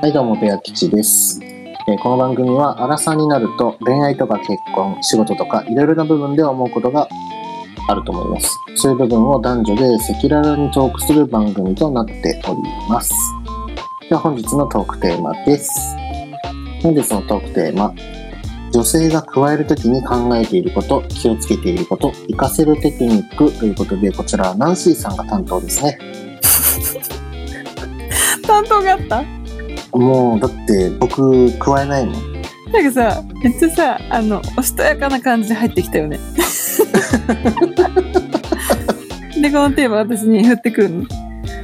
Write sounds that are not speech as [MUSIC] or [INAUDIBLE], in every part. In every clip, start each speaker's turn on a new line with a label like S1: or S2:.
S1: はい、どうも、ペア吉です。えーこの番組は、アラサーになると、恋愛とか結婚、仕事とか、いろいろな部分で思うことがあると思います。そういう部分を男女で赤裸々にトークする番組となっております。では、本日のトークテーマです。本日のトークテーマ、女性が加えるときに考えていること、気をつけていること、活かせるテクニックということで、こちらはナンシーさんが担当ですね。
S2: 担当があった
S1: もう、だって僕、加えないもん。
S2: なんかさめっちゃさあのおしとやかな感じで入ってきた [LAUGHS] よねでこのテーマ私に振ってくるの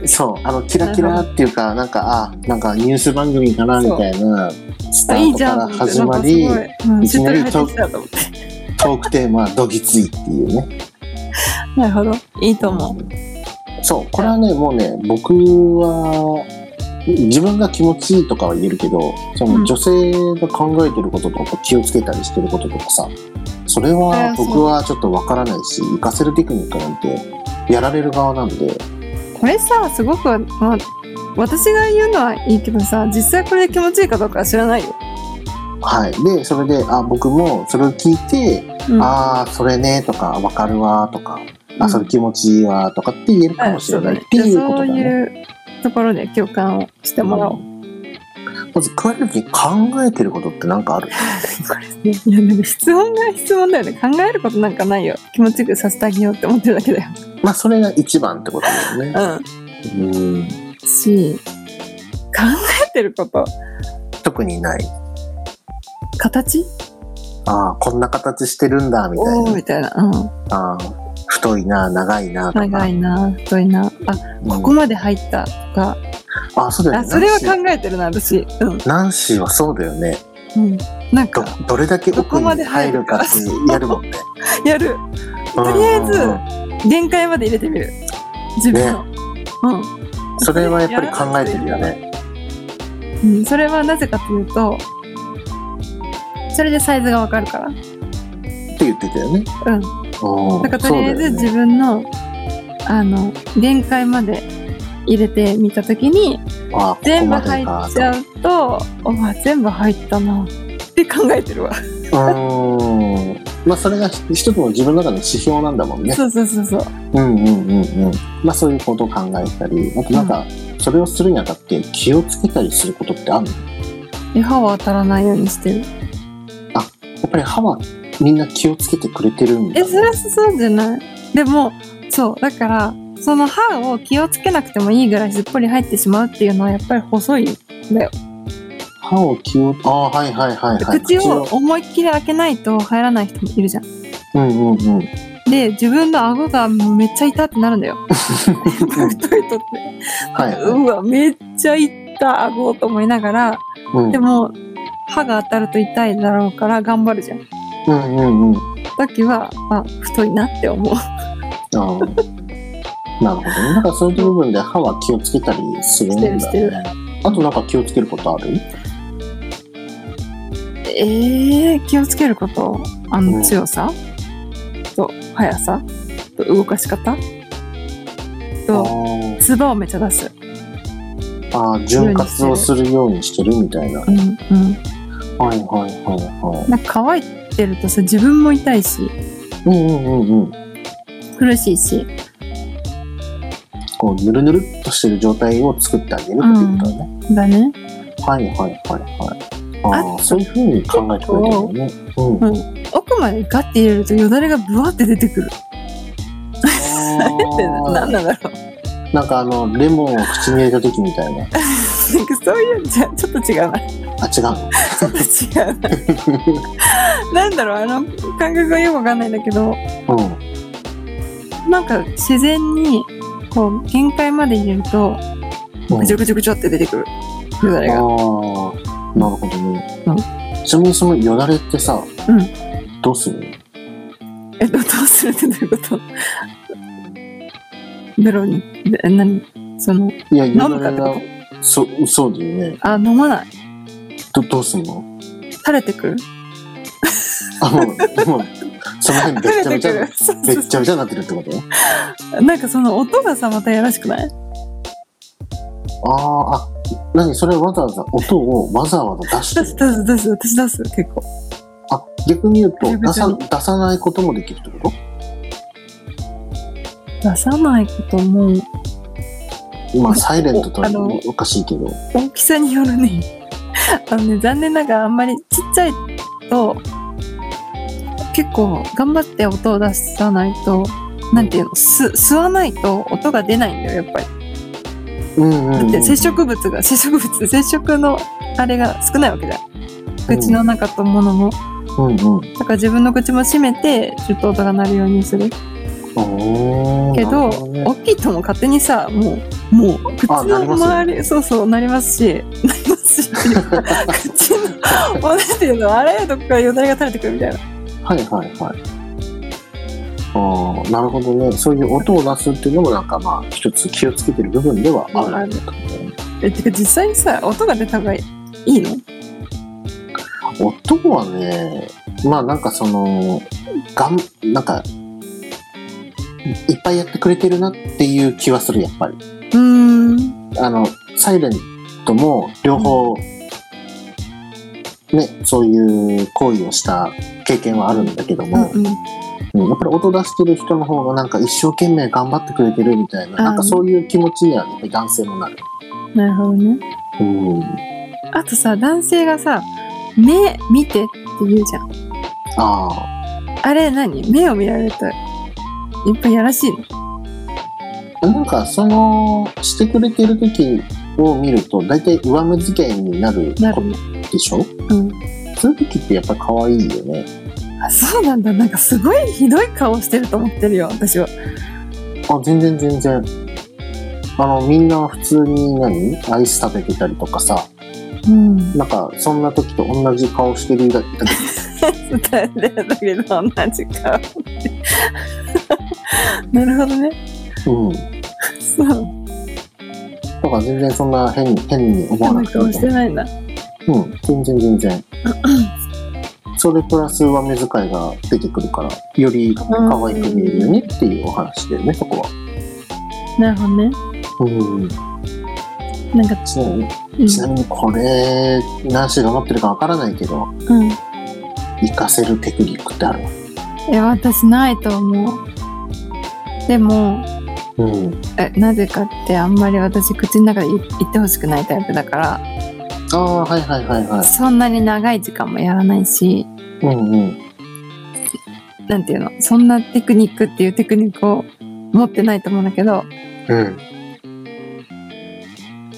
S1: そう、あの、キラキラっていうか、なんか、あ、なんかニュース番組かな、み
S2: そう
S1: たいな、スタ
S2: あい
S1: ー
S2: い
S1: ト
S2: じ
S1: か
S2: ゃん
S1: ら
S2: と思って
S1: 始まり、
S2: なんかすごいうん、しっとり入ってきたと思って
S1: トークテーマ、どぎついっていうね。
S2: なるほどいいと思
S1: そう、これはね、もうね、僕は、自分が気持ちいいとかは言えるけど、その
S2: うん
S1: 女性が考えてることとか気をつけたりしてることとかさ、それは
S2: あそう
S1: 僕はちょっとわからないし、活かせるテクニックなんて、やられる側なんで、
S2: うこれさすごく、まあ、私が言うのはいいけどさ実際これ気持ちいいかどうかは知らないよ、
S1: はい。で、それで、あ、僕もそれを聞いて、
S2: うん
S1: ああそれねとかわかるわとか、
S2: う
S1: あ
S2: ん
S1: それ気持ちいいわとかって言えるかもしれないって
S2: じ
S1: いう
S2: ゃあ
S1: こと
S2: そ
S1: だ
S2: う
S1: ね。
S2: いうところで共感をしてもらおう、
S1: まず加える時に考えてることって何かある
S2: いやなんか質問が質問だよね考えることなんかないよ気持ちよくさせてあげようって思ってるだけだよ
S1: まあそれが一番ってことだよね。
S2: う
S1: うん
S2: んし考えてること
S1: 特にない。
S2: 形
S1: ああこんな形してるんだみたい
S2: おー
S1: な。
S2: みたいな、う
S1: ああ太いな長いなとか。
S2: ん、長いな太いなあ
S1: うん
S2: ここまで入ったとか、
S1: あそうだよ
S2: あ
S1: ね。
S2: それ
S1: ナ
S2: は
S1: ンシー
S2: 考えてるな私うん、
S1: ナンシーはそうだよね。
S2: うん、なん
S1: ど
S2: か
S1: どれだけ
S2: ど
S1: 奥
S2: こ
S1: に
S2: まで
S1: 入
S2: 入
S1: る
S2: る
S1: か
S2: か
S1: ってやるもんね。
S2: やるとりあえず
S1: うんうんうん
S2: 限界まで入れてみる自分の、
S1: それはやっぱり考えてるよね。
S2: うんうん、それはなぜかというとそれでサイズがわかるから
S1: って言ってたよね。
S2: うん
S1: うん
S2: なんかとりあえず自分の、あの限界まで入れてみたときに
S1: あここ
S2: 全部
S1: ま
S2: 入
S1: でか
S2: っちゃうとお前全部入ったなって考えてるわ、
S1: うーんまあそれが一一つの自分の中の指標なんだもんね。
S2: そうそうそうそう
S1: うんうんうんうん。まあそういうことを考えたり、あとなんか、それをするにあたって気をつけたりすることってあるのや
S2: で歯は当たらないようにしてる
S1: っぱり歯はみんな気をつけてくれてるんだ
S2: え
S1: ね。
S2: それはそうじゃないでもそうだからその歯を気をつけなくてもいいぐらいすっぽり入ってしまうっていうのはやっぱり細い、
S1: 歯を気を、ああ、はいはいはいはい。
S2: 口を思いっきり開けないと入らない人もいるじゃん
S1: うんうんうん。
S2: で自分の顎がもうめっちゃ痛ってなるんだよ [LAUGHS] 太いとって
S1: はい、は
S2: うわめっちゃ痛顎と思いながら
S1: い。うん
S2: でも歯が当たると痛いだろうから頑張るじゃん
S1: うんうんうん。
S2: さっきはあ太いなって思う
S1: あーなるほどね。なんかそういう部分で歯は気をつけたりするんだよね。
S2: してるして
S1: あとなんか気をつけることある
S2: えー、気をつけることあ
S1: うん
S2: の強さ、と速さと動かし方
S1: あ
S2: と
S1: ー
S2: 唾をめっちゃ出す
S1: ああ、潤滑をするようにしてるみたいな。はい
S2: うんうん
S1: はいはいは
S2: なんか乾いてるとさ自分も痛いし
S1: い。うんうんうんうん。
S2: 苦しいし
S1: こう、ぬるぬるっとしてる状態を作ってあげるっていうことだね。
S2: だね
S1: はいはいはいはい。あ
S2: あ
S1: あ、そういうふうに考えてくれてるよね。うん。
S2: うん奥までガッて入れるとよだれがブワって出てく
S1: [LAUGHS]
S2: るって
S1: あ
S2: 何
S1: ー
S2: なんだろう
S1: なんかあの、レモンを口に入れた時みたいな。
S2: なんかそういうんじゃちょっと違うな
S1: あ、違うの。
S2: ちょっと違
S1: [LAUGHS]
S2: うななんだろうあの感覚がよくわかんないんだけど
S1: うん。
S2: なんか自然にこう限界まで入れると
S1: うん
S2: ぐちょぐちょぐちょって出てくるよだれ
S1: あ
S2: が
S1: あ、なるほどね。
S2: う
S1: ちなみにそのよだれってさ、
S2: ん
S1: どうするの
S2: えっとどうするってどういうことベロにえ何その
S1: いや、
S2: 飲
S1: よ
S2: む
S1: だ
S2: かっ
S1: れ
S2: て
S1: が
S2: こ、
S1: そう、そうだよね。
S2: とあ飲まない
S1: ど、どうすんの
S2: 垂れてくる
S1: あ、もう、もう、その辺べっちゃ
S2: 垂
S1: べ
S2: れ
S1: ち
S2: て
S1: ゃ
S2: く
S1: な
S2: [LAUGHS] る、そう
S1: べ
S2: そう
S1: っちゃべちゃになってるってこと
S2: そうなんかその音がさまたやらしくない
S1: あーあ、何それわざわざ音をわざわざ出して
S2: 出
S1: る
S2: す出す出す私出す結構
S1: あ逆に言うと
S2: 別に
S1: 出さ出さないこともできるってこと
S2: 出さないことも
S1: 今サイレントとは
S2: あの
S1: おかしいけど
S2: 大きさによるね [LAUGHS] あのね残念ながらあんまりちっちゃいと結構頑張って音を出さないとなんていうのす吸わないと音が出ないんだよやっぱり
S1: うんうんうん、
S2: だって接触物が接 [LAUGHS] 触物接触のあれが少ないわけじゃん口の中と物も
S1: うんうん
S2: だから自分の口も閉めてちょっと音が鳴るようにする
S1: おー
S2: けど
S1: なるほね
S2: 大きいとも勝手にさもうもう口
S1: あな
S2: の
S1: りますよね
S2: 周り、そうそうなりますしなりますし口のもうなんていうのあらゆるとこからよだれが垂れてくるみたいな
S1: はいはいはいああなるほどねそういう音を出すっていうのもなんかまあ一つ気をつけてる部分ではあるんだと思う
S2: えてか実際にさ音が出た方がいいの
S1: 音はねまあなんかそのがんなんかいっぱいやってくれてるなっていう気はするやっぱり
S2: うーん
S1: あのサイレントも両方、ねそういう行為をした経験はあるんだけど
S2: うん
S1: も、
S2: うん
S1: うんやっぱり音出してる人の方がなんか一生懸命頑張ってくれてるみたいな
S2: あー
S1: なんかそういう気持ちにはやっぱり男性もなる、
S2: なるほどね
S1: うん、
S2: あとさ男性がさ目見てって言うじゃん
S1: あ
S2: あれ何目を見られるとやっぱやらしいの
S1: あなんかそのしてくれてる時を見ると大体上目付けになる
S2: な
S1: こ
S2: るね
S1: とでしょ
S2: うん
S1: そういう時ってやっぱ可愛いよね
S2: あそうなんだなんかすごいひどい顔してると思ってるよ私は
S1: あ全然全然あのみんな普通に何アイス食べてたりとかさ
S2: うん
S1: なんかそんな時と同じ顔してるだけ
S2: 伝えてるだけど同じ顔なるほどね [LAUGHS]
S1: うん
S2: そう
S1: だから全然そんな変に変に思
S2: そ
S1: わ
S2: ん
S1: な
S2: な
S1: くて
S2: 顔
S1: いい
S2: してないな
S1: うん、全然全
S2: [LAUGHS]
S1: 然。それプラスは目遣いが出てくるから、より可愛く見えるよねっていうお話だよね、そこは。
S2: なるほどね
S1: うん、
S2: なんか
S1: ちなみに、
S2: うん
S1: ちなみにこれ、何種が持ってるかわからないけど、
S2: うん
S1: 活かせるテクニックってある
S2: いや私ないと思うでも
S1: うん。
S2: えなぜかってあんまり私口の中で言言ってほしくないタイプだから、
S1: ああ、はいはいはいはい。
S2: そんなに長い時間もやらないし
S1: うんうん。
S2: なんていうのそんなテクニックっていうテクニックを持ってないと思うんだけど
S1: うん。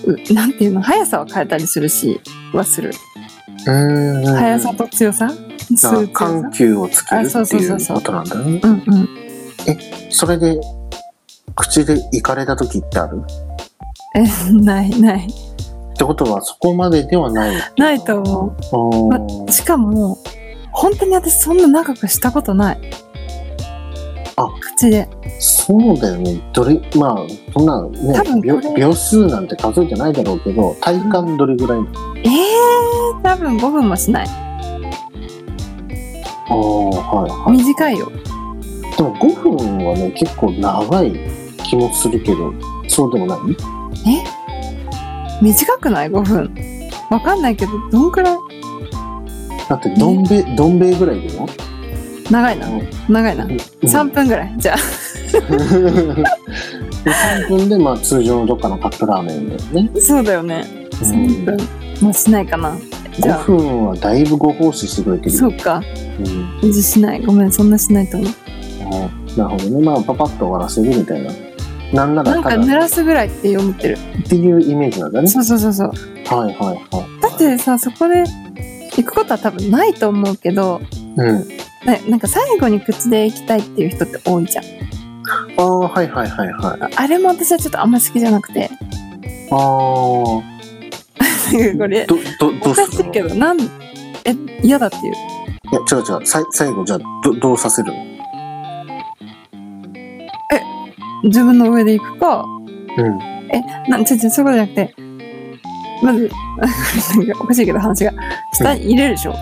S2: うなんていうの速さを変えたりするしはする
S1: うん、うん。
S2: 速さと強さ
S1: だ
S2: 数
S1: から緩
S2: 強さ
S1: 急をつける
S2: あそう
S1: って
S2: そ
S1: い
S2: うそう
S1: う
S2: そう
S1: ことなんだね。
S2: うんうん
S1: それで、口で行かれた時ってある
S2: え [LAUGHS] ないない
S1: ってことは、そこまでではない。
S2: ないと思
S1: お
S2: ま
S1: ー
S2: うしかも本当に私そんな長くしたことない
S1: あ
S2: 口で
S1: そうだよね。どれ、まあ、そんな
S2: 多
S1: ね
S2: 分こ
S1: 秒、
S2: れ
S1: 秒数なんて数えてないだろうけど、体感どれぐらい、
S2: えー、多分5分もしない
S1: ああ、はいは
S2: 短いよ
S1: い。でも5分はね、結構長い気もするけど、そうでもない
S2: 短くない5分わかんないけどどんくらい
S1: だって、どんべ、どん兵衛ぐらいでよ。
S2: 長いな長いな
S1: 三
S2: 3分ぐらいじゃあ [LAUGHS]
S1: 3分 [LAUGHS] で、まあ、通常のどっかのカップラーメンだよね。
S2: そうだよね3分もしないかなじ
S1: 5
S2: ゃあ
S1: 分はだいぶご奉仕してくれてるよ。
S2: そうか
S1: うん
S2: 維持しないごめんそんなしないと思う
S1: あーなるほどね。まあ、パパッと終わらせるみたいな。なんな
S2: な
S1: ら
S2: ん
S1: た
S2: か
S1: だ
S2: 濡らすぐらいって読ってる
S1: っていうイメージなんだね。
S2: そうそうそうそう
S1: はいはいはい。
S2: だってさそこで行くことは多分ないと思うけ
S1: う
S2: ど、
S1: ん。
S2: ね、なんか最後に口で行きたいっていう人って多いじゃん
S1: ああ、はいはいはいはい。あ
S2: あれも私はちょっとあんま好きじゃなくて
S1: あー。
S2: [LAUGHS] これ
S1: ど、ど、ど
S2: お
S1: うす
S2: か
S1: る
S2: しいけ
S1: の
S2: どなんえ嫌だっていう
S1: いや、違う違う。さい最後、じゃあ、ど、どうさせるの
S2: 自分の上で行くか
S1: うん。
S2: なんちょちょそういうことじゃなくてまず [LAUGHS] なんかおかしいけど話が下に入れるでしょ、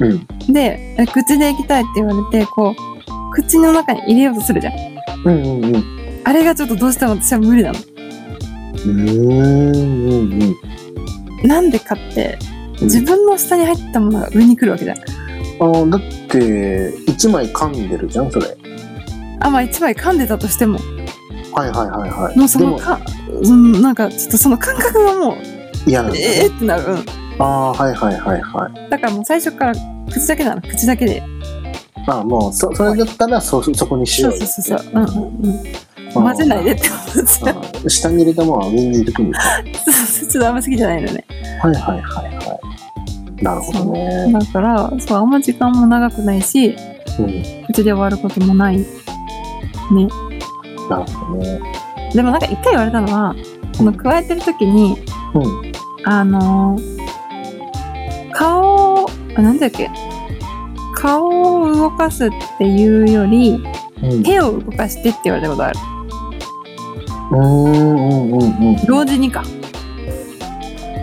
S1: うん。
S2: でえ口で行きたいって言われてこう口の中に入れようとするじゃん
S1: うんうんうん。
S2: あれがちょっとどうしても私は無理なの
S1: うーんうんうん。
S2: なんでかって自分の下に入ったものが上に来るわけじゃん
S1: あーだって1枚噛んでるじゃんそれ
S2: あまあ一枚噛んでたとしても
S1: はいはいはいはい
S2: もうそ
S1: で
S2: の
S1: も
S2: かうんなんかちょっとその感覚がもう
S1: 嫌なんだ
S2: ええー、ってなる、うん
S1: ああーはいはいはいはい
S2: だからもう最初から口だけなら口だけで
S1: あーもうそそれだったらそそこにし
S2: そ
S1: よ
S2: う
S1: う
S2: そ
S1: よ
S2: うそうそうう
S1: あ
S2: んうんうん
S1: ー
S2: 混ぜないでって思っちゃう
S1: あー下に入れたものは上に入れてくるんだは
S2: そうそうちょっとあんま好きじゃないのね
S1: いはいはいはいなるほどね
S2: だからそうあんま時間も長くないし
S1: うん
S2: 口で終わることもない
S1: なるほどね
S2: でもなんか一回言われたのはその加えてる時に
S1: うん
S2: あの顔をあなんだっけ顔を動かすっていうより
S1: うん
S2: 手を動かしてって言われたことある
S1: うんうんうんうん
S2: 同時にか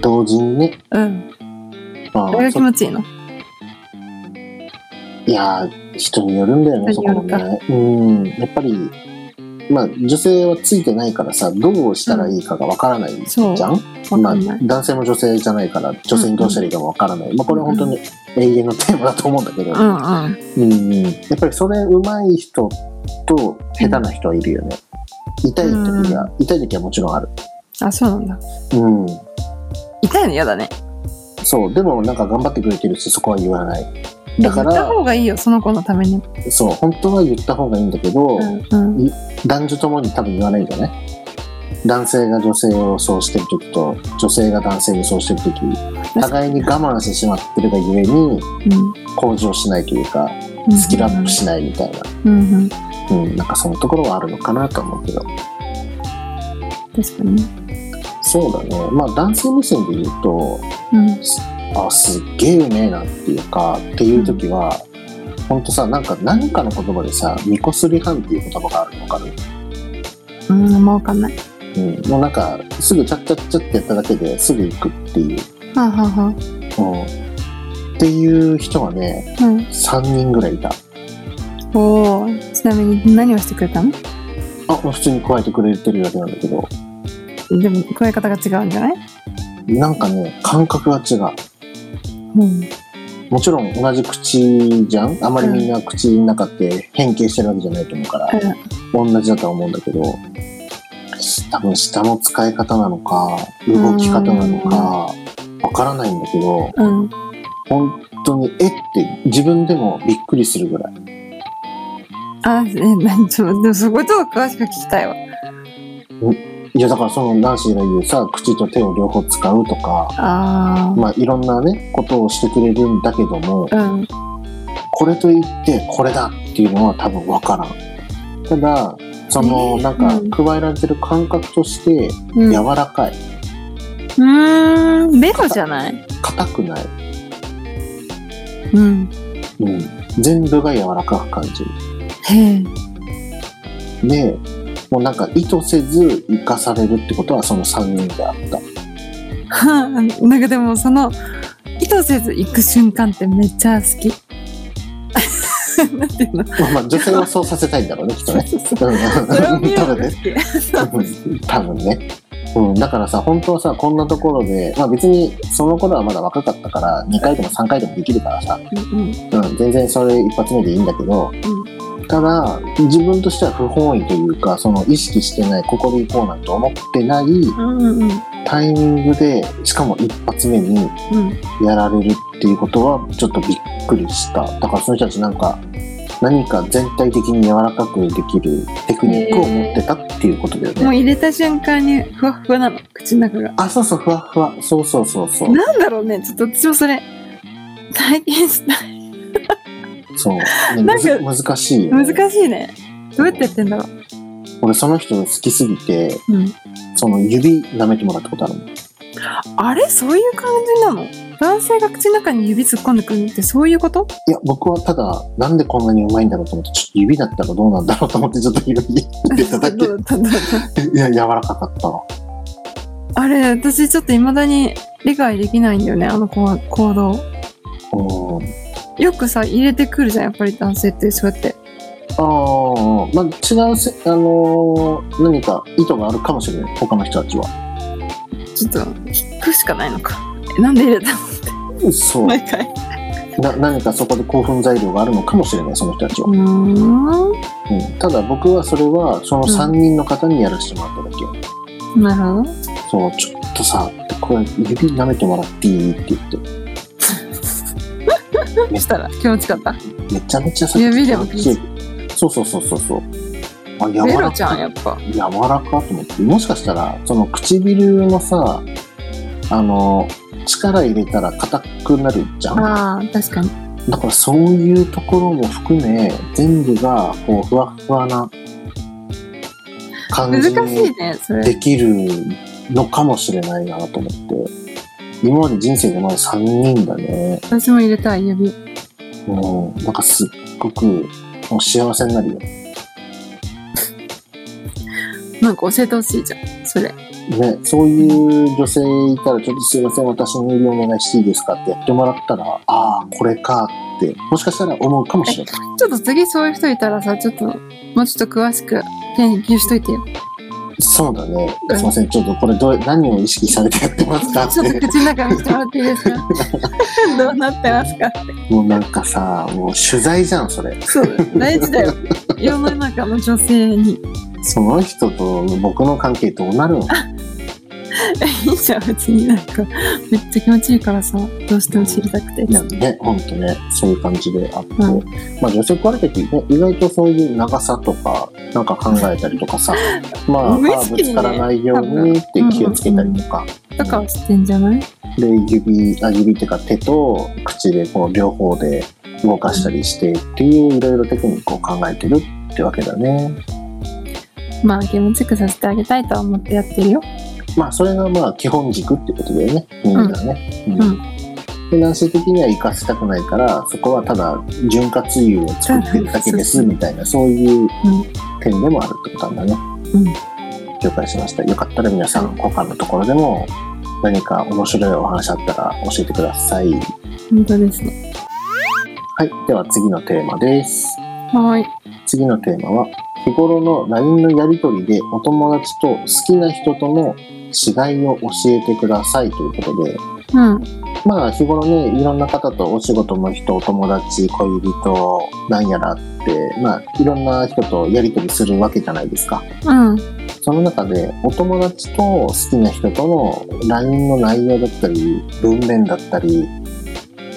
S1: 同時にね
S2: うん
S1: あ
S2: どれ
S1: ー
S2: が気
S1: そ
S2: 持ちいいの
S1: いやー人によるんだよねそ
S2: 人に
S1: こ
S2: よ
S1: も
S2: る
S1: ね
S2: か
S1: うんやっぱりまあ女性はついてないからさどうしたらいいかがわからないじ
S2: そう
S1: ゃん
S2: わ
S1: まあ
S2: かんない、、
S1: 男性も女性じゃないから女性にどうしたらいいかもわからない、まあ、これは本当に永遠のテーマだと思うんだけど、
S2: うんうん
S1: うんうんやっぱりそれ上手い人と下手な人はいるよね痛い時は、痛い時はもちろんある
S2: あそうなんだ
S1: うん
S2: 痛いの嫌だね
S1: そうでもなんか頑張ってくれてるしそこは言わないだか
S2: 言った
S1: ら
S2: 方がいいよその子のために
S1: そう本当は言った方がいいんだけど、
S2: うんうん
S1: 男女ともに多分言わないんだよね男性が女性をそうしてる時と女性が男性にそうしてる時互いに我慢してしまってるがゆえに向上しないというかスキルアップしないみたいな、
S2: うんうん
S1: うん、なんかそのところはあるのかなとは思うけど
S2: 確かに
S1: そうだねまあ男性目線で言うと
S2: うん
S1: あすっげえうめえなっていうかっていう時は、ほんとさなんか何かの言葉でさ「みこすりはん」っていう言葉があるのかな、
S2: うんあんまわかんない
S1: うん、もうなんかすぐチャッチャッチャってやっただけですぐ行くっていう、
S2: はあはあは
S1: うん、っていう人がね
S2: あうん
S1: 3人ぐらいいた
S2: おおちなみに何をしてくれたの
S1: あもう普通に加えてくれてるだけなんだけど
S2: でも加え方が違うんじゃない
S1: なんかね感覚が違う
S2: うん
S1: もちろん同じ口じゃんあまりみんな口の中って変形してるわけじゃないと思うから、同じだとは思うんだけど多分舌の使い方なのか動き方なのかわからないんだけど
S2: うん
S1: 本当にえって自分でもびっくりするぐらい
S2: あえ何ちょっとでもそこちょっと詳しく聞きたいわ
S1: いやだからそのナンシーが言うさ口と手を両方使うとか
S2: あ
S1: まあいろんなねことをしてくれるんだけども
S2: あうん
S1: これといってこれだっていうのは多分わからんただその
S2: えー
S1: なん
S2: うん
S1: か加えられてる感覚として
S2: うん
S1: 柔らかい
S2: うんベロじゃない
S1: 硬くない、
S2: うん
S1: うん、全部が柔らかく感じる
S2: へえ
S1: でもうなんか意図せず生かされるってことはその3人であった
S2: [LAUGHS] なんかでもその意図せず行く瞬間ってめっちゃ好き [LAUGHS] なんていうの
S1: まあ、まあ女性はそうさせたいんだろうねきっとね
S2: [LAUGHS] そうそう
S1: うん
S2: それを見る
S1: 多
S2: の
S1: 分
S2: が好
S1: ね
S2: き
S1: うん多分ねうん、だからさ本当はさこんなところで、まあ、別にその頃はまだ若かったから2回でも3回でもできるからさ、
S2: うんうん
S1: うん、全然それ一発目でいいんだけどただ自分としては不本意というかその意識してないここで行こうなんて思ってない
S2: うんうんうん
S1: タイミングでしかも一発目に
S2: うん
S1: やられるっていうことはちょっとびっくりしただからその人たちなんか何か全体的に柔らかくできるテクニックを持ってたっていうことだよ
S2: もう
S1: ね、
S2: 入れた瞬間にふわっふわなの口の中が
S1: あそうそうふわふわそうそうそうそう
S2: なんだろうねちょっと私もそれ体験したい
S1: そう、ね、
S2: なん
S1: む
S2: か
S1: ず難しいよ、ね、
S2: 難しいねどうやってやってんだろう
S1: 俺その人好きすぎて
S2: うん
S1: その指舐めてもらったことあるの
S2: あれそういう感じなの男性が口の中に指突っ込んでくるのってそういうこと
S1: いや僕はただなんでこんなにうまいんだろうと思ってちょっと指だったらどうなんだろうと思ってちょっと指入れただけ
S2: [LAUGHS] どうだったんだろう
S1: いや柔らかかったわ
S2: あれ私ちょっと未だに理解できないんだよねあの子は行動
S1: うん
S2: よくさ入れてくるじゃんやっぱり男性ってそうやって
S1: ああ、まあ、違うせ、あのー何か意図があるかもしれない、他の人たちは。
S2: ちょっと引くしかないのかなんで入れたの
S1: そう
S2: [LAUGHS] 毎回う
S1: な何かそこで興奮材料があるのかもしれないその人たちは、
S2: ーん
S1: うん、ただ僕はそれはその
S2: うん
S1: 3人の方にやらせてもらっただけ、
S2: なるほど
S1: そうちょっとさこれ指舐めてもらっていいって言って
S2: そしたら気持ちよかっ
S1: めちゃめちゃさ
S2: 指でも
S1: 気持ちいいそうそうそうそうそうあ柔
S2: たベ
S1: ら
S2: ロ
S1: か
S2: ちゃんやっぱ
S1: 柔らかと思ってもしかしたらその唇のさあの力入れたら硬くなるじゃん
S2: ああ確かに
S1: だからそういうところも含め全部がこうふわっふわな感
S2: 難
S1: じ
S2: しい
S1: に
S2: ねそれ
S1: できるのかもしれないなと思って今まで人生でまだ3人だね
S2: 私も入れたい指
S1: もうなんかすっごくもう幸せになるよ
S2: なんか教えてほしいじゃんそれ
S1: ね、そういう女性いたら、ちょっとすいません、私の指お願いしていいですかってやってもらったら、ああ、これかって、もしかしたら思うかもしれない。
S2: ちょっと次そういう人いたらさちょっともうちょっと詳しく研究しといてよ
S1: そうだね。すいません、ちょっとこれどう、何を意識されてやってますかっ
S2: ちょっと
S1: て。
S2: 口の中見せてもらっていいですか [LAUGHS] どうなってますか
S1: もうなんかさ、もう取材じゃん、それ。
S2: そう大事だ [LAUGHS] よ世の中の女性にい
S1: その人と僕の関係どうなるの
S2: いじゃん別になんかめっちゃ気持ちいいからさどうしても知りたくて
S1: なんかね、ほんとね、そういう感じであって。
S2: うん
S1: まあ女性壊れた時ね、意外とそういう長さとか、なんか考えたりとか
S2: [LAUGHS]
S1: さ、まあ、
S2: 無意
S1: 歯ぶ
S2: 識に
S1: つ
S2: ね
S1: からないようにって気をつけたりとか。
S2: とかはしてんじゃない
S1: で指あ指っていうか手と口でこう両方で動かしたりしてっていういろいろテクニックを考えてるってわけだね
S2: まあ気持ちよくさせてあげたいとは思ってやってるよ
S1: まあそれがまあ基本軸ってことだよねみんなね、うん
S2: んうん
S1: で男性的には生かせたくないからそこはただ潤滑油を作ってるだけで
S2: そ
S1: す
S2: うそう
S1: みたいなそういう点でもあるってことなんだね、
S2: うん
S1: 了解しましたよかったら皆さん他のところでも何か面白いお話あったら教えてください
S2: 本当ですね
S1: はい、では次のテーマです。
S2: はい
S1: 次のテーマは、日頃の LINE のやりとりでお友達と好きな人との違いを教えてくださいということで、
S2: うん
S1: まあ日頃ね、いろんな方とお仕事の人、お友達、恋人、なんやらって、まあいろんな人とやりとりするわけじゃないですか。
S2: うん
S1: その中でお友達と好きな人との LINE の内容だったり文面だったり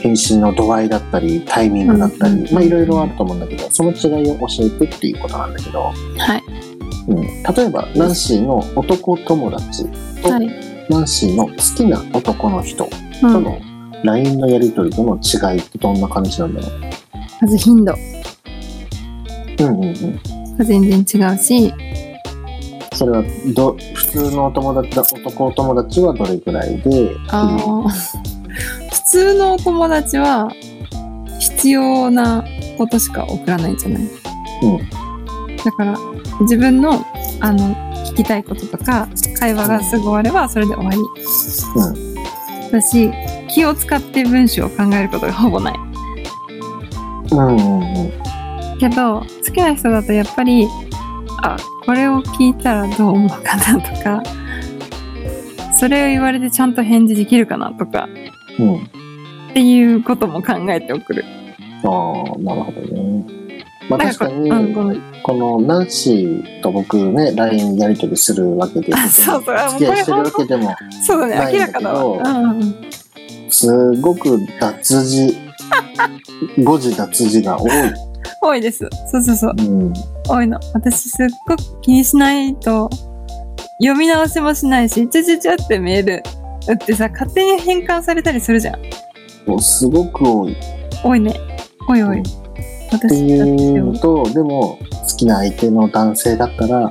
S1: 返信の度合いだったりタイミングだったり、
S2: うんうん
S1: まあいろいろあると思うんだけどその違いを教えてっていうことなんだけど、
S2: はい
S1: うん、例えばナンシーの男友達と
S2: はい
S1: ナンシーの好きな男の人
S2: う
S1: と
S2: ん
S1: の LINE のやり取りとの違いってどんな感じなんだろう
S2: まず頻度
S1: うんうんうん
S2: が全然違うし
S1: それはど普通のお友達だ男友達はどれくらいで
S2: あの普通のお友達は必要なことしか送らないじゃない、
S1: うん
S2: だから自分のあの聞きたいこととか会話がすぐ終わればそれで終わり、だし気を使って文章を考えることがほぼない
S1: うんうんうん
S2: けど好きな人だとやっぱりあこれを聞いたらどう思うかなとかそれを言われてちゃんと返事できるかなとか
S1: うん。
S2: っていうことも考えて送る。
S1: ああ、なるほどね。まあ
S2: な
S1: 確
S2: んか
S1: か
S2: これうん
S1: に、
S2: ごめん
S1: このナンシーと僕ね、LINE やり取りするわけで、
S2: あ [LAUGHS] そうそうあもう
S1: 付き合いしてる
S2: これ
S1: わけでも、
S2: そうだね、明らかだわ。うんうん、
S1: すごく脱
S2: [LAUGHS]
S1: 字、誤字脱字が多い。
S2: 多いです。そうそうそう、
S1: うん。
S2: 多いの。私、すっごく気にしないと、読み直しもしないし、ちゃちゃちゃってメール打ってさ、勝手に変換されたりするじゃん。
S1: もうすごく多いっ
S2: 多いね。おいお
S1: うん
S2: い。
S1: て
S2: 私
S1: い
S2: だって
S1: うのと、でも、好きな相手の男性だったら、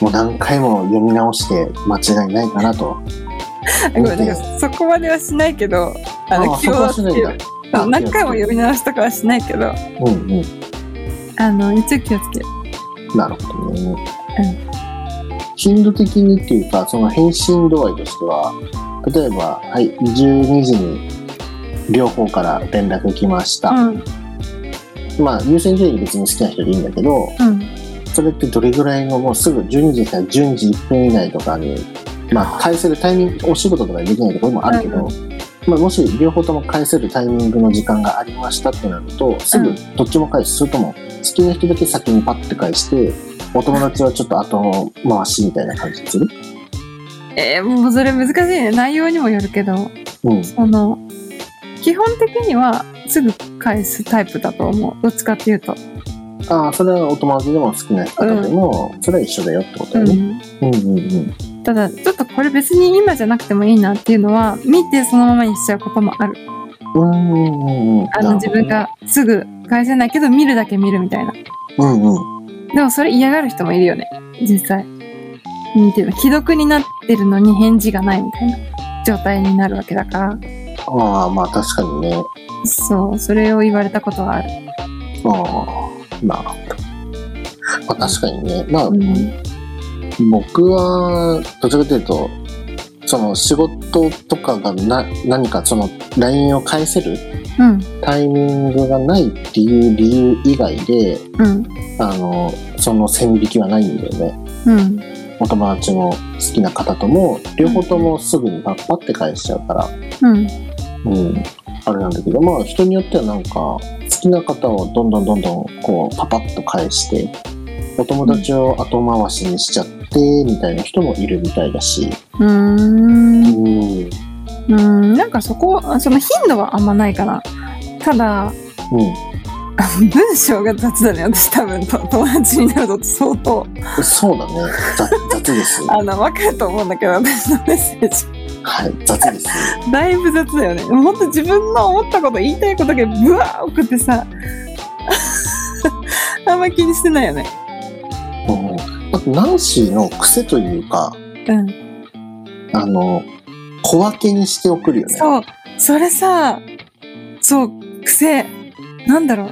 S1: もう何回も読み直して間違いないかなと。
S2: あごめんなんかそこまではしないけど、あの、
S1: そこはしないん
S2: 気を
S1: だ
S2: つける。そう何回も読み直しとかはしないけど、
S1: うんうん。
S2: あの、一応気をつける。
S1: なるほどね。頻度的にっていうか、その返信度合いとしては、例えば、はい、12時に両方から連絡来ました。
S2: うん、
S1: まあ、優先順位別に好きな人でいいんだけど、
S2: うん。
S1: それってどれぐらいの、もうすぐ12時から12時1分以内とかに、まあ、対するタイミング、お仕事とかでできないところもあるけど、まあ、もし両方とも返せるタイミングの時間がありましたってなるとすぐどっちも返す、それとも好きな人だけ先にパッて返してお友達はちょっと後回しみたいな感じにする、
S2: えーもうそれ難しいね内容にもよるけど
S1: うん、
S2: その基本的にはすぐ返すタイプだと思うどっちかっていうと、
S1: ああそれはお友達でも好きな人でも、それは一緒だよってことだよね、うん、うんうん
S2: ただちょっとこれ別に今じゃなくてもいいなっていうのは見てそのままにしちゃうこともある
S1: うんうんうん
S2: あの自分がすぐ返せないけど見るだけ見るみたいな
S1: うんうん
S2: でもそれ嫌がる人もいるよね実際なんていうの既読になってるのに返事がないみたいな状態になるわけだから
S1: ああまあ確かにね
S2: そうそれを言われたことはある、
S1: ああなるほどまあ確かにねまあ、
S2: うん
S1: 僕はどちらかというとその仕事とかがな何かその LINE を返せる
S2: うん
S1: タイミングがないっていう理由以外で
S2: うん
S1: あのその線引きはないんだよね
S2: うん
S1: お友達の好きな方とも両方ともすぐにパッパって返しちゃうから
S2: うん
S1: うん、あれなんだけどまあ人によってはなんか好きな方をどんどんどんどんこうパパッと返してお友達を後回しにしちゃってみたいな人もいるみたいだし、
S2: うーん
S1: うんうん、
S2: うーんなんかそこあその頻度はあんまないかなただあの文章が雑だね私多分と友達になると相当
S1: そうだね雑 [LAUGHS] 雑です
S2: あの分かると思うんだけど私のメッセージ
S1: はい雑です
S2: だいぶ雑だよねほんと自分の思ったこと言いたいことだけブワー送ってさ [LAUGHS] あんま気にしてないよね
S1: うんあとナンシーの癖というか
S2: うん
S1: あの小分けにして送るよね
S2: そうそれさそう癖なんだろう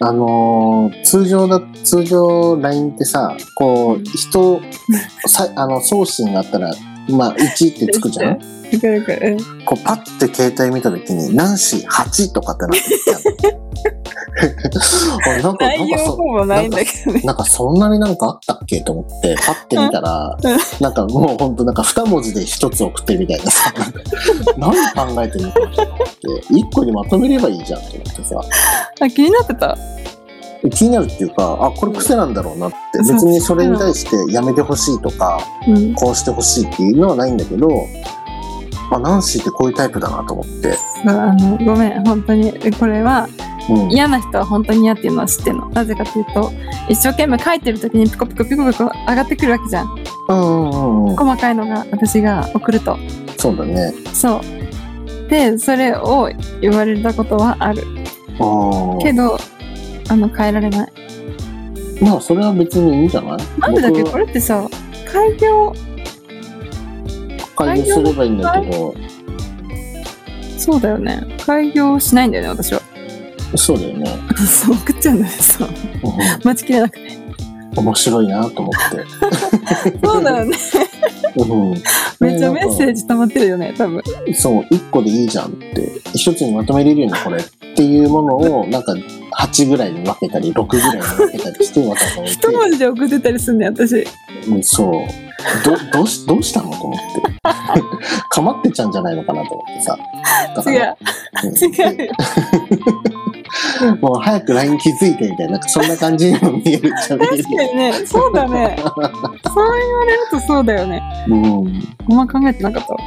S1: あのー通常だ、通常 LINE ってさ、こう、人、
S2: [LAUGHS]
S1: さあの、送信があったら、まあ、1ってつくじゃん
S2: わかるわかる
S1: こう、パッて携帯見たときに、ナンシー8とかってなって [LAUGHS] たあなんか、な
S2: 内
S1: んか
S2: 容
S1: そ
S2: ほぼないんだけどね
S1: なんかそんなになんかあったっけと思って、パッて見たら
S2: うん、
S1: なんかもうほんとなんか2文字で1つ送ってるみたいなさ、何考えてるのかなと思って、1個にまとめればいいじゃんと思ってさ。
S2: あ気になってた
S1: 気になるっていうかあこれ癖なんだろうなって別
S2: そう
S1: にそれに対してやめてほしいとか
S2: うん
S1: こうしてほしいっていうのはないんだけどあナンシーってこういうタイプだなと思って、
S2: そうあのごめん本当にこれは
S1: うん、
S2: 嫌な人は本当に嫌っていうのは知ってんのなぜかというと一生懸命書いてる時にピコピコピコピコ上がってくるわけじゃん
S1: うんうんうんうん
S2: 細かいのが私が送ると
S1: そうだね
S2: そうでそれを言われたことはある
S1: あー
S2: けどあの変えられない
S1: まあそれは別にいいんじゃない
S2: なんでだっけ
S1: 僕
S2: こ
S1: は
S2: れってさ開業
S1: 改善すればいいんだけど
S2: そうだよね開業しないんだよね私は [LAUGHS]
S1: そうだよね、
S2: そう送っちゃうんだよねそう
S1: う
S2: 待ちきれなくて
S1: ん面白いなと思って
S2: そうだよね
S1: うん
S2: [LAUGHS] めっちゃメッセ
S1: ジ
S2: ージ溜まってるよね多分
S1: そう、1個でいいじゃんって、1つにまとめれるようにこれっていうもの
S2: [LAUGHS]
S1: を、なんか8ぐらいに分けたり、6ぐらいに分けたりして渡
S2: [LAUGHS]
S1: され
S2: 一文字で送ってたりすんね私
S1: て、うんそう、ど、どうし、どうしたのと [LAUGHS] 思って。かまってちゃうんじゃないのかなと思ってさ。だか
S2: 違
S1: ら
S2: う違うよ
S1: うんもう早く LINE 気づいてみたいな、なんかそんな感じにも見えるっちゃ見え
S2: 確
S1: る
S2: かにね、そうだね。そう言われるとそうだよね。
S1: うん。
S2: あんま考えてなかったわ。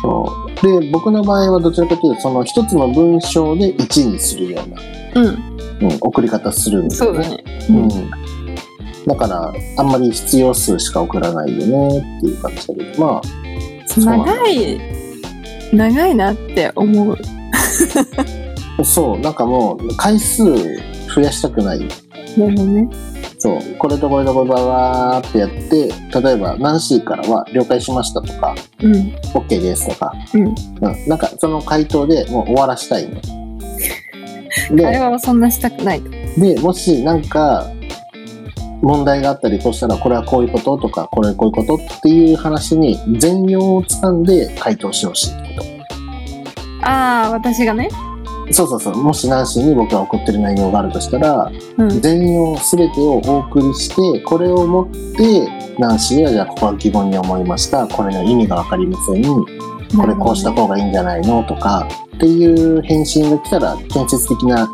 S1: そう。で、僕の場合はどちらかというと、その一つの文章で1にするような、
S2: うん、
S1: うん、送り方するんです
S2: そ
S1: よ
S2: うだね。
S1: うん、だからあんまり必要数しか送らないよねっていう感じだけどまうなんだ
S2: 長い、長いなって思う。
S1: あそうなんかもう回数増やしたくない
S2: なるほどね。
S1: そうこれとこれとこれババーってやって例えばナンシーからは「了解しました」とか
S2: うん。
S1: 「OK です」とか、
S2: うん
S1: うんなんかその回答でもう終わらしたいの。で
S2: あれはそんなしたくない。
S1: でもしなんか問題があったりこうしたらこれはこういうこととかこれはこういうことっていう話に全容をつかんで回答してほしいってこ
S2: ああ、私がね。
S1: とそうそうそうもしナンシーに僕が送ってる内容があるとしたら
S2: うん。
S1: 全容全てをお送りしてこれを持ってナンシーはじゃあここは疑問に思いましたこれの意味が分かりませんこれこうした方がいいんじゃないのとかっていう返信が来たら建設的な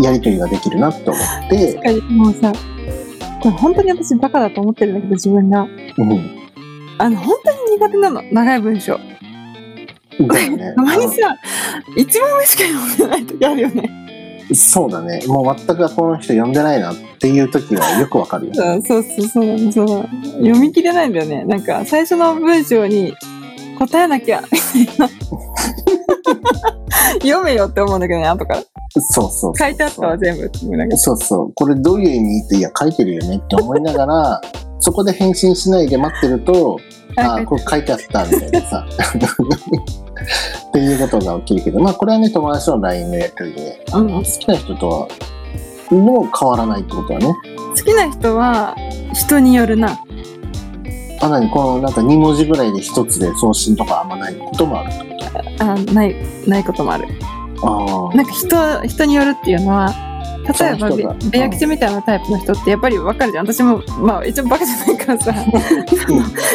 S1: やり取りができるなと思って
S2: [LAUGHS] 確、かにもうさこれ本当に私バカだと思ってるんだけど自分が
S1: うん、
S2: あの本当に苦手なの長い文章
S1: だよね
S2: [LAUGHS] たまにさ一番上しか読んでない時あるよね
S1: そうだねもう全くこの人読んでないなっていう時はよくわかるよね
S2: そうそうそうそうなのそうなの読み切れないんだよねなんか最初の文章に答えなきゃみたいな読めよって思うんだけどね後から
S1: そうそうそう
S2: 書いてあったわ全部って思いながら
S1: そうそうこれどういう意味っていや書いてるよねって思いながら [LAUGHS] そこで返信しないで待ってるとああこれ書いてあったみたいなさっていうことが起きるけどまあこれはね友達との LINE のやり取りで
S2: うん
S1: 好きな人とはもう変わらないってことはね
S2: 好きな人は人によるな
S1: あなにこのなんか2文字ぐらいで1つで送信とかあんまないこともあるってこ
S2: あないないこともある
S1: とああ
S2: なんか人人によるっていうのは例えば
S1: その人が
S2: べベア吉みたいなタイプの人ってやっぱり分かるじゃん私もまあ一応バカじゃないか
S1: [LAUGHS]
S2: らさ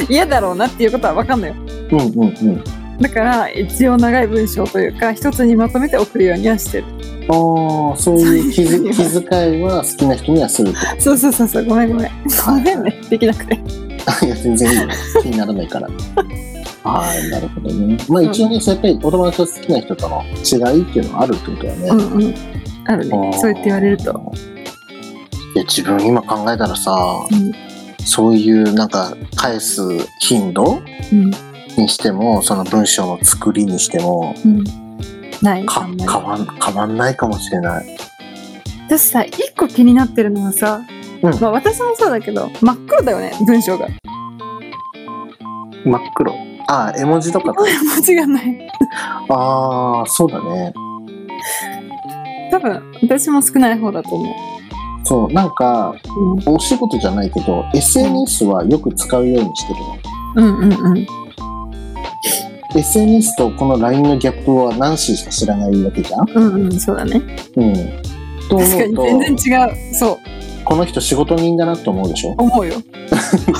S2: 嫌だろうなっていうことは分かんないよ
S1: うんうんうん
S2: だから一応長い文章というか一つにまとめて送るようにはしてる
S1: ああそういう気づ気遣いは好きな人にはするって
S2: そうそうそうそうごめんごめんごめんねできなくて
S1: いや、全然いいよ。気にならないから。 [LAUGHS] はい、なるほどね。まあ一応ね、そうやっぱりお友達と好きな人との違いっていうのはあるってことだよね。
S2: う
S1: あ
S2: んうんあるね
S1: ー
S2: そう言って言われると。
S1: いや、自分今考えたらさ、
S2: うん
S1: そういうなんか返す頻度
S2: うん
S1: にしても、その文章の作りにしても、
S2: うんないあ
S1: か変
S2: んまり
S1: わん変わんないかもしれない。
S2: 私さ一個気になってるのはさ、
S1: うん
S2: まあ私もそうだけど真っ黒だよね文章が [LAUGHS]
S1: 真っ黒。ああ、絵文字とかだ。
S2: 間違いない
S1: ああ、そうだね。
S2: 多分私も少ない方だと思
S1: そう、なんか、
S2: う、
S1: お仕事じゃないけど、SNS はよく使うようにしてるの。
S2: うん、うんうんうん
S1: SNS とこの LINE のギャップはナンシーしか知らないわけじゃん
S2: うんうんそうだね
S1: うん。と
S2: 確かに
S1: 思う
S2: 全然違うそう
S1: と、この人仕事人だなと思うでし
S2: [LAUGHS]
S1: ょ
S2: 思うよ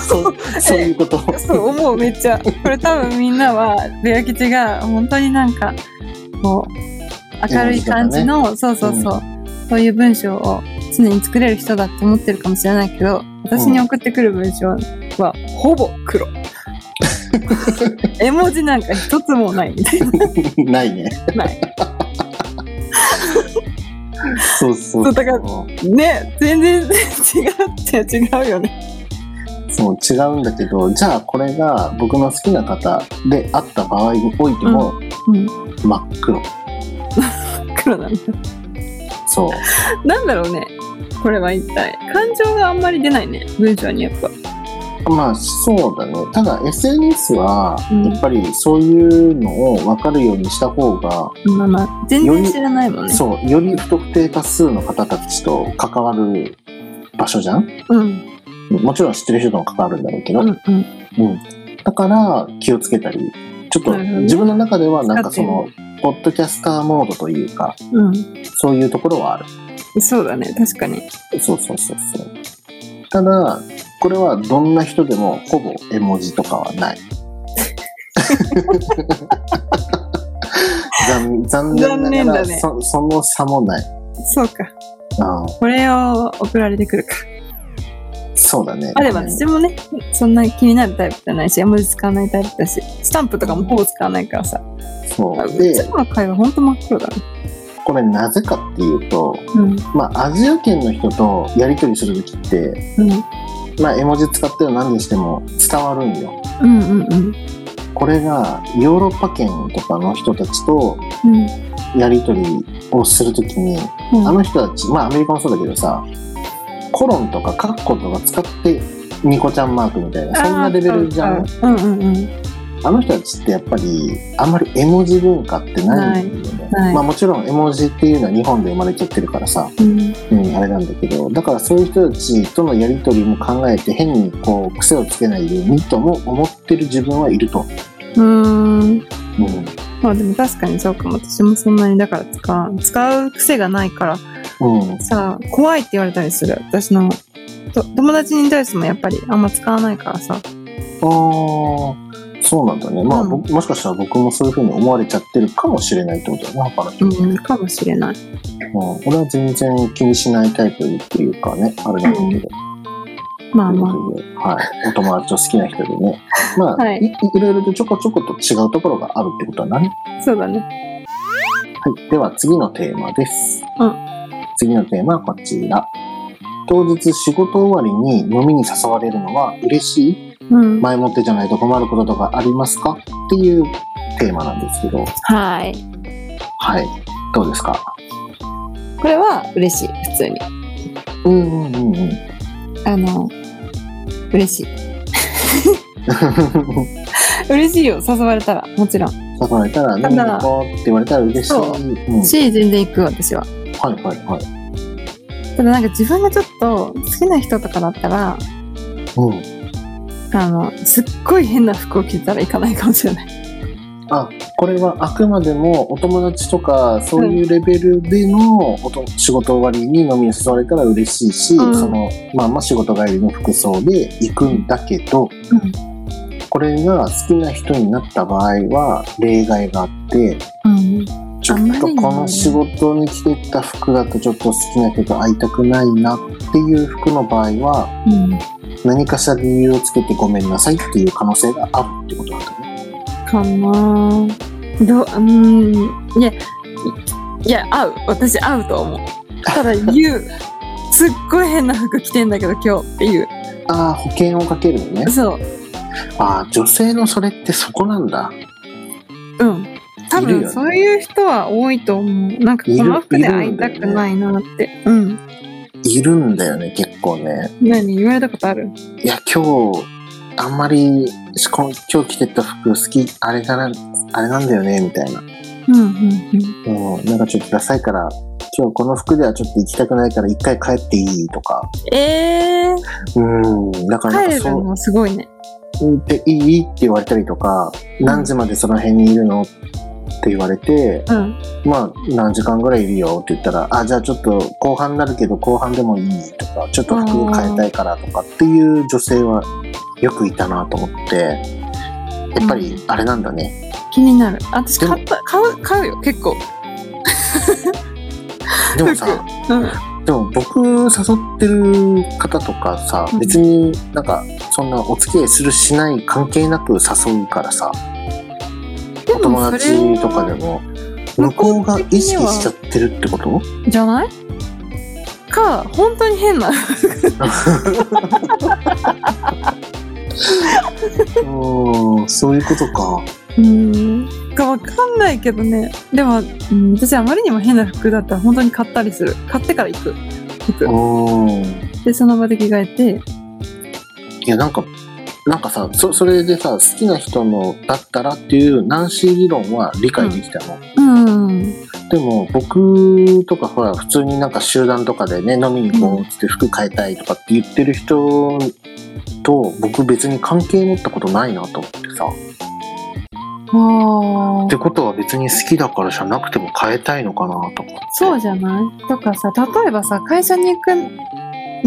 S1: そうそういうこと。
S2: そう思うめっちゃこれ多分みんなはレア吉が本当になんかこう明るい感じの、そうそうそう、そういう文章を常に作れる人だって思ってるかもしれないけど私に送ってくる文章はほぼ黒絵文字なんか一つもないみたい
S1: ないね。
S2: なない
S1: [LAUGHS] そうそう
S2: そうだからね全然違うって違うよね
S1: そう、違うんだけど、じゃあこれが僕の好きな方であった場合においても
S2: うん
S1: 真っ黒。
S2: 黒なんだ
S1: そう。
S2: なんだろうねこれは一体感情があんまり出ないね文章にやっぱ
S1: まあそうだね。ただ SNS は
S2: うん
S1: やっぱりそういうのを分かるようにした方が、
S2: まあまあ全然知らないもんね
S1: そう、より不特定多数の方たちと関わる場所じゃん
S2: うん
S1: もちろん知ってる人とも関わるんだろうけど、
S2: う
S1: うん
S2: んうん
S1: だから気をつけたり、ちょっと
S2: なるほど
S1: 自分の中ではなんかそ
S2: 使っ
S1: の、ポッドキャスターモードというか、
S2: うん
S1: そういうところはある。
S2: そうだね確かに
S1: そうそうそうそう。ただ、これはどんな人でもほぼ絵文字とかは [LAUGHS] ない。残残念なが
S2: 残念だ
S1: ら、
S2: ね
S1: そその差もない。
S2: そうか
S1: あー
S2: これを送られてくるか
S1: そうだね。
S2: あれば私もねそんな気になるタイプじゃないし絵文字使わないタイプだしスタンプとかもほぼ使わないからさ
S1: そうう。で
S2: ち、の会話ほんと真っ黒だね
S1: これなぜかっていうと、
S2: うん
S1: まあ、アジア圏の人とやり取りするときって、
S2: うん
S1: まあ、絵文字使ってる何にしても伝わるんよ。
S2: うんうんうん
S1: これが、ヨーロッパ圏とかの人たちと
S2: うん
S1: やり取りをするときに、
S2: うん
S1: あの人たち、まあ、アメリカもそうだけどさ、コロンとかカッコとか使って、ニコちゃんマークみたいな、そんなレベルじゃん。
S2: うんうんうん
S1: あの人たちってやっぱり、あんまり絵文字文化ってないんだよね。
S2: ないない
S1: まあ、もちろん絵文字っていうのは日本で生まれちゃってるからさ、
S2: うん
S1: うん、あれなんだけど、だからそういう人たちとのやりとりも考えて変にこう癖をつけないようにとも思ってる自分はいると。
S2: うんうん
S1: う
S2: まあでも確かにそうかも私もそんなにだから使わん使う癖がないから
S1: ん。うん。
S2: さ怖いって言われたりする私のと友達に対してもやっぱりあんま使わないからさ
S1: ああ、そうなんだね。まあ、
S2: うん
S1: 僕もしかしたら僕もそういうふうに思われちゃってるかもしれないってことだね、働きに。
S2: うん、かもしれない。
S1: うん、俺は全然気にしないタイプっていうかね、あれなんだけど。
S2: まあ
S1: という
S2: ま
S1: ことではい。お友達を好きな人でね。まあ、
S2: [LAUGHS] はい
S1: い、いろいろとちょこちょこと違うところがあるってことだね。
S2: あ、そうだね。
S1: はい。では次のテーマです。
S2: うん
S1: 次のテーマはこちら。当日仕事終わりに飲みに誘われるのは嬉しい
S2: うん。
S1: 前もってじゃないと困ることとかありますかっていうテーマなんですけど、
S2: はい。
S1: はい。どうですか
S2: これは嬉しい、普通に。
S1: うんうんうんうん。 [LAUGHS]
S2: あの、嬉しい。 [LAUGHS] 嬉しいよ、誘われたら。もちろん。
S1: 誘われたら飲みに行こうって言われたら嬉しい。
S2: そう
S1: うん、
S2: し、全然行く、私は。
S1: はいはいはい。
S2: ただなんか自分がちょっと好きな人とかだったら、
S1: うん。
S2: あの、すっごい変な服を着てたら行かないかもしれない。
S1: あこれはあくまでもお友達とかそういうレベルでのおと仕事終わりに飲みに誘われたら嬉しいし、
S2: うん
S1: そのまあまあ仕事帰りの服装で行くんだけど、
S2: うん
S1: これが好きな人になった場合は例外があって
S2: うん。
S1: ちょ
S2: あんま
S1: っ
S2: り
S1: と
S2: ない
S1: この仕事に着てった服だとちょっと好きな人と会いたくないなっていう服の場合は
S2: うん。
S1: 何かしら理由をつけてごめんなさいっていう可能性があるってことなんだね。
S2: かなぁどう、うーん。いや、いいや、合う。私合うと思う。ただ言う。 [LAUGHS] すっごい変な服着てんだけど今日っていう。
S1: ああ保険をかけるのね。
S2: そう。
S1: ああ女性のそれってそこなんだ
S2: うん。多
S1: いるよ
S2: 分
S1: ね
S2: そういう人は多いと思う。なんかこの服で会いたくないなって。うん。
S1: いるんだよね結構ね
S2: 何言われたことある
S1: いや今日あんまりしこん今日着てった服好きあれだなあれなんだよねみたいな、
S2: うんうん
S1: うん、なんかちょっとダサいから今日この服ではちょっと行きたくないから一回帰っていいとか
S2: うん。えー、
S1: うんだから
S2: 帰
S1: なんか
S2: れる
S1: そ
S2: のすごいね。
S1: うでいいって言われたりとか何時までその辺にいるのって言われて
S2: うん。
S1: まあ何時間ぐらいいるよって言ったら「あじゃあちょっと後半になるけど後半でもいい」とか「ちょっと服変えたいから」とかっていう女性はよくいたなと思ってやっぱりあれなんだね、
S2: 気になる。あ私
S1: でも
S2: 買った、買う、買うよ、結構。
S1: でもさ
S2: うん。
S1: [LAUGHS] でも僕誘ってる方とかさ
S2: うん
S1: 別になんかそんなお付き合いするしない関係なく誘うからさ
S2: で
S1: お友達とかでも
S2: もれは
S1: 向こうが意識
S2: 向こう的には
S1: しちゃってるってこと
S2: それじゃないか、本当に変な。
S1: うんそういうことか。
S2: うん。かわかんないけどね。でも、うん、私あまりにも変な服だったら本当に買ったりする。買ってから行く。行く。
S1: うん
S2: で、その場で着替えて。
S1: いやなんかなんかさそそれでさ好きな人のだったらっていうナンシー理論は理解できたの、
S2: うん。
S1: でも僕とかほら普通になんか集団とかでね飲みに行こうっつって服変えたいとかって言ってる人と僕別に関係持ったことないなと思ってさっ
S2: ああ
S1: てことは別に好きだからじゃなくても変えたいのかなとか
S2: そうじゃないとかさ例えばさ会社に行く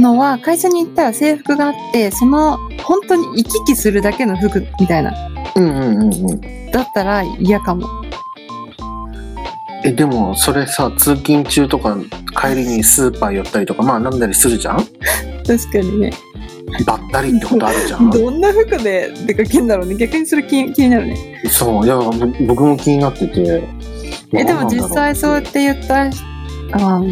S2: のは会社に行ったら制服があってその本当に行き来するだけの服みたいな
S1: うんうんうんうん
S2: だったら嫌かも
S1: えでもそれさ通勤中とか帰りにスーパー寄ったりとかまあ飲んだりするじゃん
S2: 確かにね
S1: ばったりってことあるじゃん
S2: [LAUGHS] どんな服で出かけんだろうね逆にそれ気気になるね
S1: そう、いや、ぼ僕も気になってて。
S2: えで
S1: どうな
S2: も
S1: んだろ
S2: 実際そうやって言ったらあ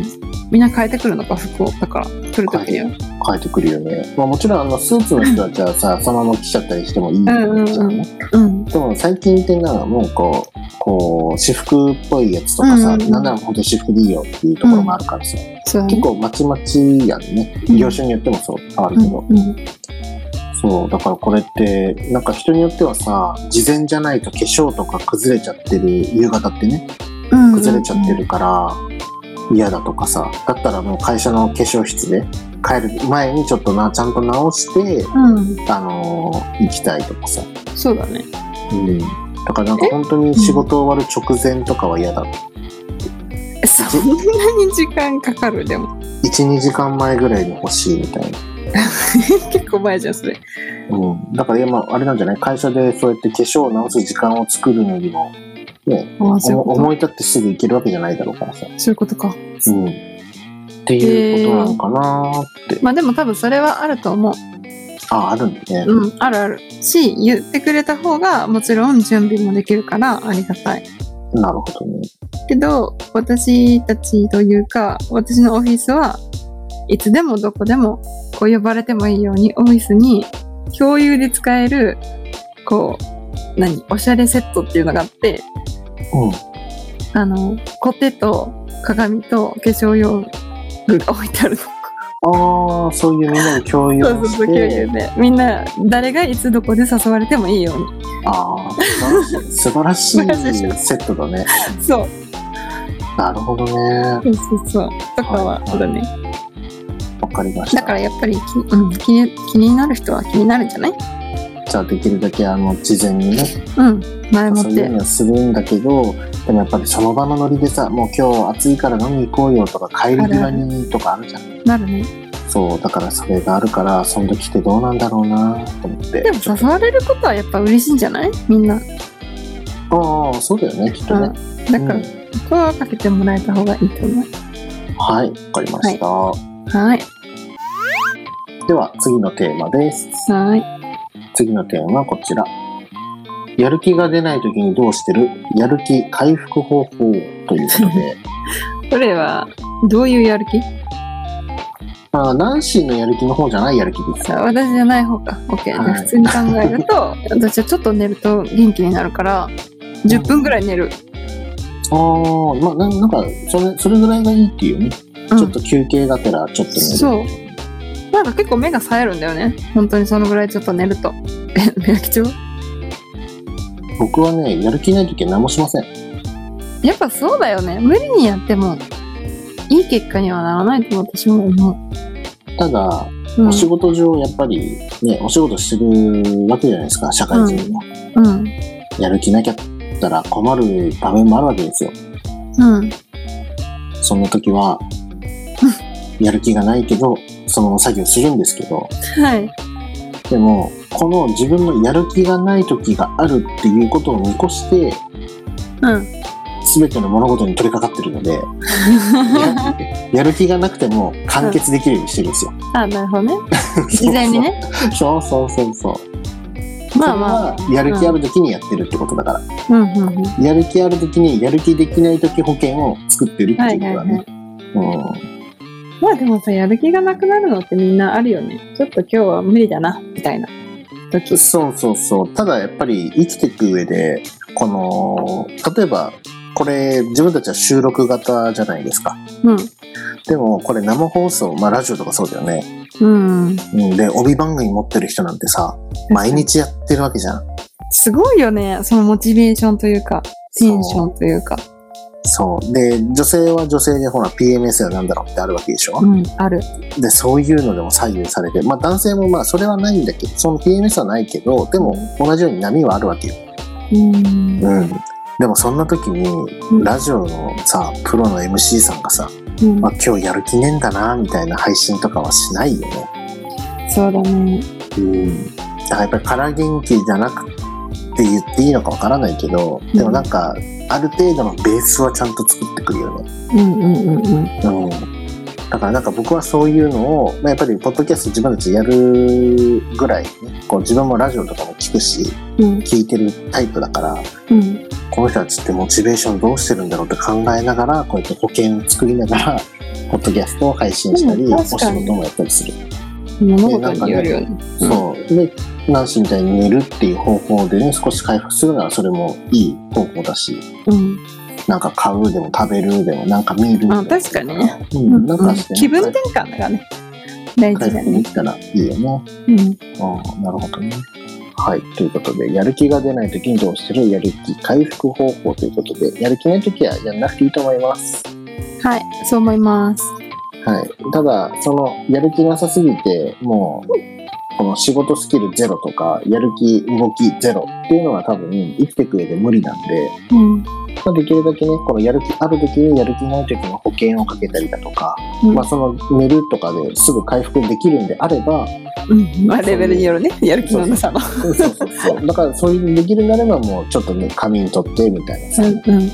S2: みんな変えてくるのか服をだから来るときには
S1: 変えてくるよね。まあもちろん、あの、スーツの人たちはさ、そのまま来ちゃったりしてもいいじゃん、
S2: うんうんうんうん
S1: でも最近ってなんかもうこう、こう、私服っぽいやつとかさ、
S2: うんうん
S1: なんなら本当私服でいいよっていうところもあるからさ、
S2: そうだね
S1: 結構まちまちやんね。
S2: うん
S1: 業種によってもそう、変わるけど。
S2: うんうん
S1: そう、だからこれって、なんか人によってはさ、事前じゃないと化粧とか崩れちゃってる夕方ってね、
S2: うん
S1: 崩れちゃってるから嫌だとかさだったらもう会社の化粧室で帰る前にちょっとなちゃんと直して、
S2: うん
S1: あのー行きたいとかさ、
S2: そうだね
S1: うん、だからなんか本当に仕事終わる直前とかは嫌だ
S2: えそんなに時間かかる [LAUGHS] でも
S1: 12時間前ぐらいに欲しいみたいな
S2: 結構前じゃんそれ
S1: うん、だから今あれなんじゃない会社でそうやって化粧を直す時間を作るのにも、ね、
S2: ああ、
S1: お
S2: そういうこと
S1: 思い立ってすぐ行けるわけじゃないだろうからさ、
S2: そういうことか。
S1: うん、っていうことなのかなって、
S2: まあでも多分それはあると思う。
S1: ああるんだね、
S2: うん、あるある。し、言ってくれた方がもちろん準備もできるからありがたい。
S1: なるほどね
S2: けど、私たちというか、私のオフィスはいつでもどこでもこう呼ばれてもいいようにオフィスに共有で使える、こう、何、おしゃれセットっていうのがあって、
S1: うん
S2: あの、コテと鏡と化粧用具が置いてあるの。
S1: ああそういうみんなで共有を
S2: そ
S1: して
S2: うそうそう、共有で。みんな、誰がいつどこで誘われてもいいように。
S1: ああ素晴ら
S2: [LAUGHS]
S1: しい
S2: 素晴らしいで
S1: セットだね
S2: そう。
S1: なるほどね
S2: そうそうそう。とかは、そうだね。
S1: わかりまし
S2: だ
S1: た
S2: からやっぱりき、うん、気に気になる人は気になるんじゃない
S1: じゃあできるだけあの事前にね
S2: うん。前もっ
S1: そういう
S2: て。
S1: のはするんだけどでもやっぱりその場のノリでさもう今日暑いから飲み行こうよとか帰り際にとかあるじゃん
S2: なるね。
S1: そうだからそれがあるからその時ってどうなんだろうなと思って
S2: でも誘われることはやっぱ嬉しいんじゃないみんな。
S1: ああそうだよねきっと
S2: う
S1: ね、
S2: ん。だから、
S1: うん
S2: 声をかけてもらえた方がいいと思
S1: はいわかりました、
S2: う。はい。
S1: では次のテーマです
S2: はい。
S1: 次のテーマはこちらやる気が出ない時にどうしてるやる気回復方法ということ
S2: [LAUGHS]
S1: で
S2: これは、どういうやる気
S1: あーナンシーのやる気の方じゃないやる気です
S2: あ私じゃない方か。OK。じゃ
S1: は
S2: あ
S1: い
S2: 普通に考えると、 [LAUGHS] 私はちょっと寝ると元気になるから、10分ぐらい寝る。
S1: ああまあななんかそれそれぐらいがいいっていうね
S2: うん
S1: ちょっと休憩がてらちょっと寝る。
S2: そう。なんか結構目が冴えるんだよね。本当にそのぐらいちょっと寝る [LAUGHS] と。え、目が貴重
S1: 僕はね、やる気ない時は何もしません。
S2: やっぱそうだよね。無理にやっても、いい結果にはならないと私も思
S1: ただ、
S2: う。うん。
S1: お仕事上やっぱりね、お仕事してるわけじゃないですか、社会人は。
S2: うん。
S1: やる気なきゃったら困る場面もあるわけですよ。
S2: うん。
S1: そんな時は、やる気がないけど、その作業するんですけど、
S2: はい。
S1: でも、この自分のやる気がない時があるっていうことを見越して、
S2: うん。
S1: 全ての物事に取り掛かってるの
S2: [LAUGHS]
S1: で、ややる気がなくても完結できるようにしてるんですよ。
S2: あ、なるほど
S1: [LAUGHS]
S2: ね。事前にね。
S1: そうそうそうそう。
S2: まあまあ。
S1: それはやる気ある時にやってるってことだから、
S2: うんうんうん。
S1: やる気ある時にやる気できない時保険を作ってるって
S2: はいいう
S1: こ
S2: はい
S1: と
S2: は
S1: だ
S2: い
S1: ね。。
S2: まあでもさ、やる気がなくなるのってみんなあるよね。ちょっと今日は無理だな、みたいな
S1: う
S2: 時
S1: ん、。そうそうそうただやっぱり生きていく上でこの例えばこれ自分たちは収録型じゃないですか
S2: うん。
S1: でもこれ生放送まあラジオとかそうだよね、
S2: うん。
S1: うん、で帯番組持ってる人なんてさ毎日やってるわけじゃん
S2: すごいよね。そのモチベーションというか、テンションというか。
S1: そうで女性は女性でほら PMS やなんだろうってあるわけでしょ、
S2: うん、ある。
S1: でそういうのでも左右されてまあ男性もまあそれはないんだけどその PMS はないけどでも同じように波はあるわけよ、
S2: うん。
S1: うん、でもそんな時にラジオのさプロの MC さんがさ、
S2: うん
S1: まあ、今日やる気ねえんだなみたいな配信とかはしないよね、
S2: そうだね。
S1: うん、だからやっぱりから元気じゃなくって言っていいのかわからないけどでもなんかある程度のベースはちゃんと作ってくるよね
S2: うんうんうんうん。
S1: うん、だからなんか僕はそういうのを、まあ、やっぱりポッドキャスト自分たちやるぐらい、ね、こう自分もラジオとかも聞くし
S2: うん
S1: 聞いてるタイプだから
S2: うん
S1: この人たちってモチベーションどうしてるんだろうって考えながらこうやって保険を作りながらポッドキャストを配信したり、
S2: うん
S1: お
S2: 確
S1: 仕
S2: かに
S1: 事もやったりする、
S2: 物事によるよね。うん
S1: そうでナンシーみたいに寝るっていう方法でね少し回復するならそれもいい方法だし
S2: うん。
S1: なんか買うでも食べるでもなんか見るでも
S2: あ確かにね。
S1: うん、なんかして、
S2: 気分転換だからね。大
S1: 回
S2: 事だ
S1: 復で
S2: ね。
S1: きたらいいよね。
S2: うん。
S1: ああ、なるほどね。はい。ということで、やる気が出ないときにどうしてるやる気回復方法ということで、やる気ないときはやんなくていいと思います。
S2: はい、そう思います。
S1: はい。ただ、その、やる気なさすぎて、もう、この仕事スキルゼロとか、やる気、動きゼロっていうのは多分、生きていく上で無理なんで、
S2: うん。
S1: まあ、できるだけね、このやる気ある時にやる気ない時に保険をかけたりだとか、
S2: うん
S1: まあ、その寝るとかですぐ回復できるんであれば、
S2: うんまあ、レベルによるねやる気のなさの
S1: そうそうそう
S2: [LAUGHS]
S1: そうだからそういうできるなればもうちょっとね紙に取ってみたいなさ、
S2: うんう
S1: う
S2: ん
S1: ん、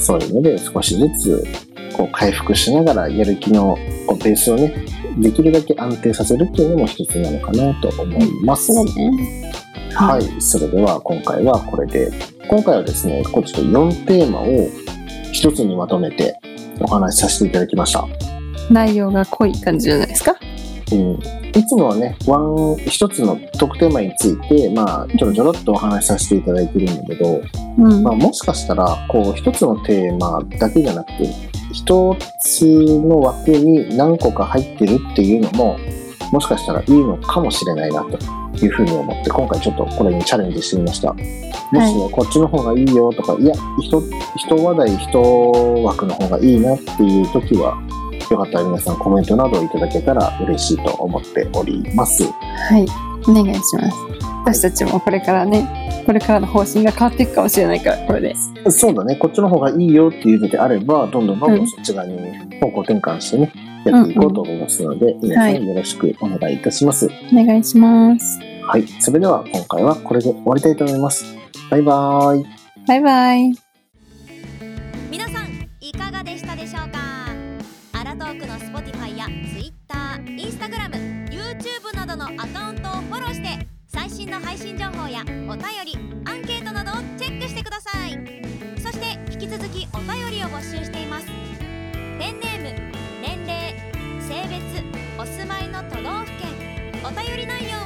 S1: そういうので少しずつこう回復しながらやる気のこうベースをねできるだけ安定させるっていうのも一つなのかなと思います。
S2: そうね
S1: は、
S2: はい
S1: それでは今回はこれで今回はですねこうちょっと4テーマを一つにまとめてお話しさせていただきました。
S2: 内容が濃い感じじゃないですか
S1: うん、いつもはねワン一つの特テーマについてまあちょろちょろっとお話しさせていただいてるんだけど、
S2: うん、
S1: まあ、もしかしたらこう一つのテーマだけじゃなくて一つの枠に何個か入ってるっていうのももしかしたらいいのかもしれないなというふうに思って今回ちょっとこれにチャレンジしてみましたもしねこっちの方がいいよとかいや一一話題一枠の方がいいなっていう時はよかったら皆さんコメントなどいただけたら嬉しいと思っております
S2: はいお願いします私たちもこれからねこれからの方針が変わっていくかもしれないからこれで
S1: そうだね、こっちの方がいいよっていうのであれば、どんどんどんど
S2: うんん
S1: そっち側に方向転換してね、やっていこうと思いますので、皆さ
S2: は
S1: ん
S2: い
S1: よろしくお願いいたします。はい、
S2: お願いします
S1: それでは今回はこれで終わりたいと思います。バイバーイ。
S2: バイバイ
S3: 皆さんいかがでしたでしょうかアラトークの Spotify や TwitterInstagramYouTube などのアカウントをフォローして最新の配信情報やお便りアンケートなどをチェックしてくださいそして引き続きお便りを募集していますペンネーム年齢性別お住まいの都道府県お便り内容を